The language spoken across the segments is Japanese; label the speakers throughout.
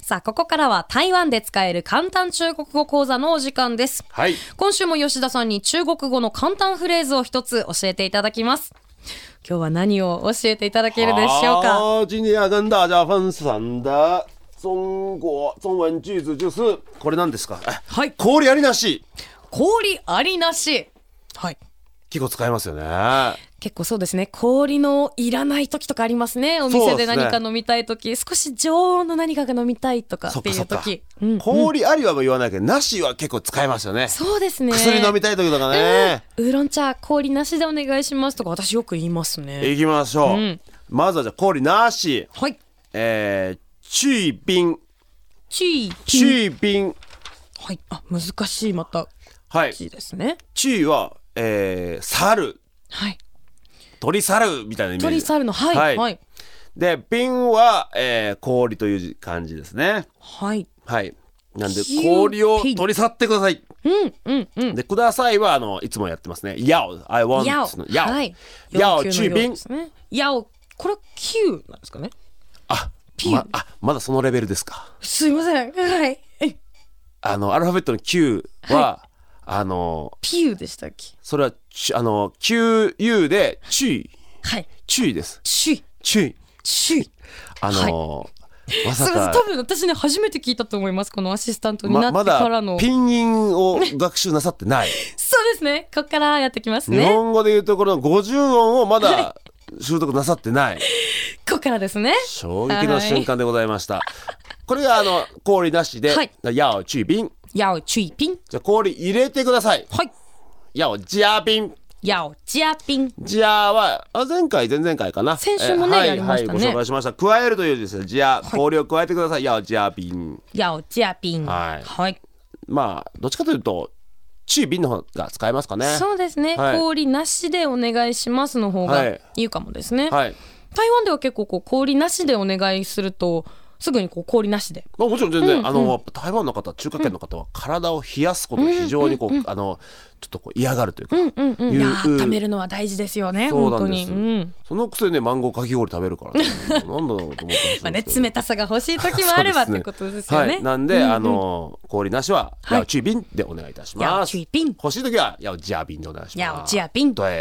Speaker 1: さあ、ここからは台湾で使える簡単中国語講座のお時間です。
Speaker 2: はい。
Speaker 1: 今週も吉田さんに中国語の簡単フレーズを一つ教えていただきます。今日は何を教えていただけるでしょうか
Speaker 2: 好，今天要跟大家分享的中国中文句子就是これなんですか。え
Speaker 1: はい。
Speaker 2: 氷ありなし。
Speaker 1: 氷ありなし。はい。
Speaker 2: 結構使いますよね。は
Speaker 1: 結構そうですね氷のいらない時とかありますねお店
Speaker 2: そう
Speaker 1: で
Speaker 2: ですね
Speaker 1: 何か飲みたい時、少し常温の何かが飲みたいとか
Speaker 2: そ
Speaker 1: っ
Speaker 2: ってか
Speaker 1: い
Speaker 2: そうっか
Speaker 1: 時うん
Speaker 2: 氷ありは言わないけど、なしは結構使いますよね。
Speaker 1: そうですね
Speaker 2: 薬飲みたい時とかね。
Speaker 1: ウーロン茶氷なしでお願いしますとか私よく言いますね
Speaker 2: 行きましょ
Speaker 1: う
Speaker 2: う。
Speaker 1: ん
Speaker 2: まずはじゃあ氷なし。
Speaker 1: はい
Speaker 2: えー、チュイビン。
Speaker 1: チー
Speaker 2: チュイビン。
Speaker 1: はいあ難しいまた
Speaker 2: はい。
Speaker 1: チーですね
Speaker 2: チュイは、えー、猿。
Speaker 1: はい
Speaker 2: 鳥猿みたいなイメージ。
Speaker 1: 鳥猿のはいは
Speaker 2: はいい
Speaker 1: はい、
Speaker 2: で、瓶は、えー氷という感じですね。はい。なんで
Speaker 1: ヒュー、
Speaker 2: 氷を取り去ってください。
Speaker 1: うんうんうん
Speaker 2: で、くださいは、あの、いつもやってますね。やお、I want
Speaker 1: や
Speaker 2: の
Speaker 1: お
Speaker 2: やお。
Speaker 1: はい
Speaker 2: やお、
Speaker 1: 要
Speaker 2: チ
Speaker 1: 求
Speaker 2: ュ
Speaker 1: のよう
Speaker 2: 瓶
Speaker 1: で。すねやおこれキューなんですかね
Speaker 2: あ、
Speaker 1: ピュー
Speaker 2: ま、あ、まだそのレベルですか。
Speaker 1: すいませんはいえ
Speaker 2: あの、アルファベットの Q は、あの、
Speaker 1: ピューでしたっけ
Speaker 2: それは、ちあの、QU で、注意、
Speaker 1: はい
Speaker 2: 注意です。
Speaker 1: チュイ
Speaker 2: 注意。
Speaker 1: チュイ
Speaker 2: あの、ますさ
Speaker 1: いません多
Speaker 2: か、
Speaker 1: 分私ね初めて聞いたと思いますこのアシスタントにな
Speaker 2: ま、
Speaker 1: って
Speaker 2: ま
Speaker 1: から
Speaker 2: だ
Speaker 1: の、、
Speaker 2: ピンインを学習なさってない。
Speaker 1: そうですねここからやってきます
Speaker 2: 日
Speaker 1: ね
Speaker 2: 本語で言うところの50音をまだ習得なさってない
Speaker 1: ここからですね
Speaker 2: 衝撃の瞬間でございました、これがあの氷なしで
Speaker 1: はい
Speaker 2: 「やおちゅびん
Speaker 1: やおチュイピン」
Speaker 2: じゃあ氷入れてください
Speaker 1: はい
Speaker 2: 「やおじゃびん」
Speaker 1: やおチアピン
Speaker 2: 「じゃ」はあ前回前々回かな
Speaker 1: 先週もね
Speaker 2: えーはい
Speaker 1: やりましたね
Speaker 2: はい、ご紹介しました加えるという字ですね「じゃ」氷を加えてください「やおじゃびん
Speaker 1: やおチアピン
Speaker 2: はい
Speaker 1: はい」
Speaker 2: まあどっちかというと「ちゅびん」の方が使えますかね
Speaker 1: そうですね、
Speaker 2: はい
Speaker 1: 氷なしでお願いしますの方
Speaker 2: は
Speaker 1: が
Speaker 2: い
Speaker 1: いいかもですね、
Speaker 2: はい
Speaker 1: 台湾では結構こう氷なしでお願いするとすぐにこう氷なしで
Speaker 2: まあ、もちろん全然、あのやっぱ台湾の方中華圏の方は体を冷やすことを非常にこう、あのちょっとこう嫌がるというか、
Speaker 1: うんうんうんい
Speaker 2: いう
Speaker 1: やー温めるのは大事ですよね
Speaker 2: そう
Speaker 1: 本
Speaker 2: な
Speaker 1: 当
Speaker 2: んで
Speaker 1: に
Speaker 2: す
Speaker 1: うん
Speaker 2: そのくせねマンゴーかき氷食べるから、 ね、なんだろうと思ってま
Speaker 1: まあね、
Speaker 2: すけど
Speaker 1: 冷たさが欲しい時もあればってことですよね。
Speaker 2: はい、なんで、あの氷なしは、
Speaker 1: はい
Speaker 2: やおちゅいびんでお願いいたし
Speaker 1: やお
Speaker 2: ます
Speaker 1: ちゅいびん
Speaker 2: 欲しい時はやおじゃびんでお願いします
Speaker 1: やおちやピンと。
Speaker 2: はい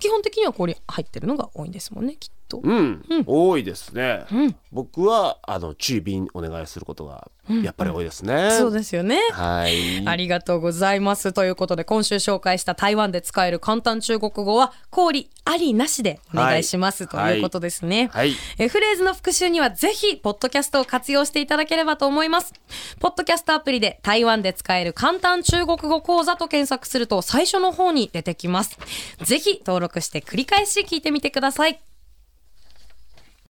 Speaker 1: 基本的には氷入ってるのが多いんですもんね、きっと。
Speaker 2: うん、多いですね、僕はあのちゅいびんお願いすることがやっぱり多いですね、
Speaker 1: そうですよね。
Speaker 2: はい
Speaker 1: ありがとうございます。ということで、今週紹介した台湾で使える簡単中国語は、氷ありなしでお願いします、
Speaker 2: はい
Speaker 1: ということですね。
Speaker 2: はい
Speaker 1: えーフレーズの復習にはぜひ、ポッドキャストを活用していただければと思います。ポッドキャストアプリで台湾で使える簡単中国語講座と検索すると最初の方に出てきます。ぜひ登録して繰り返し聞いてみてください。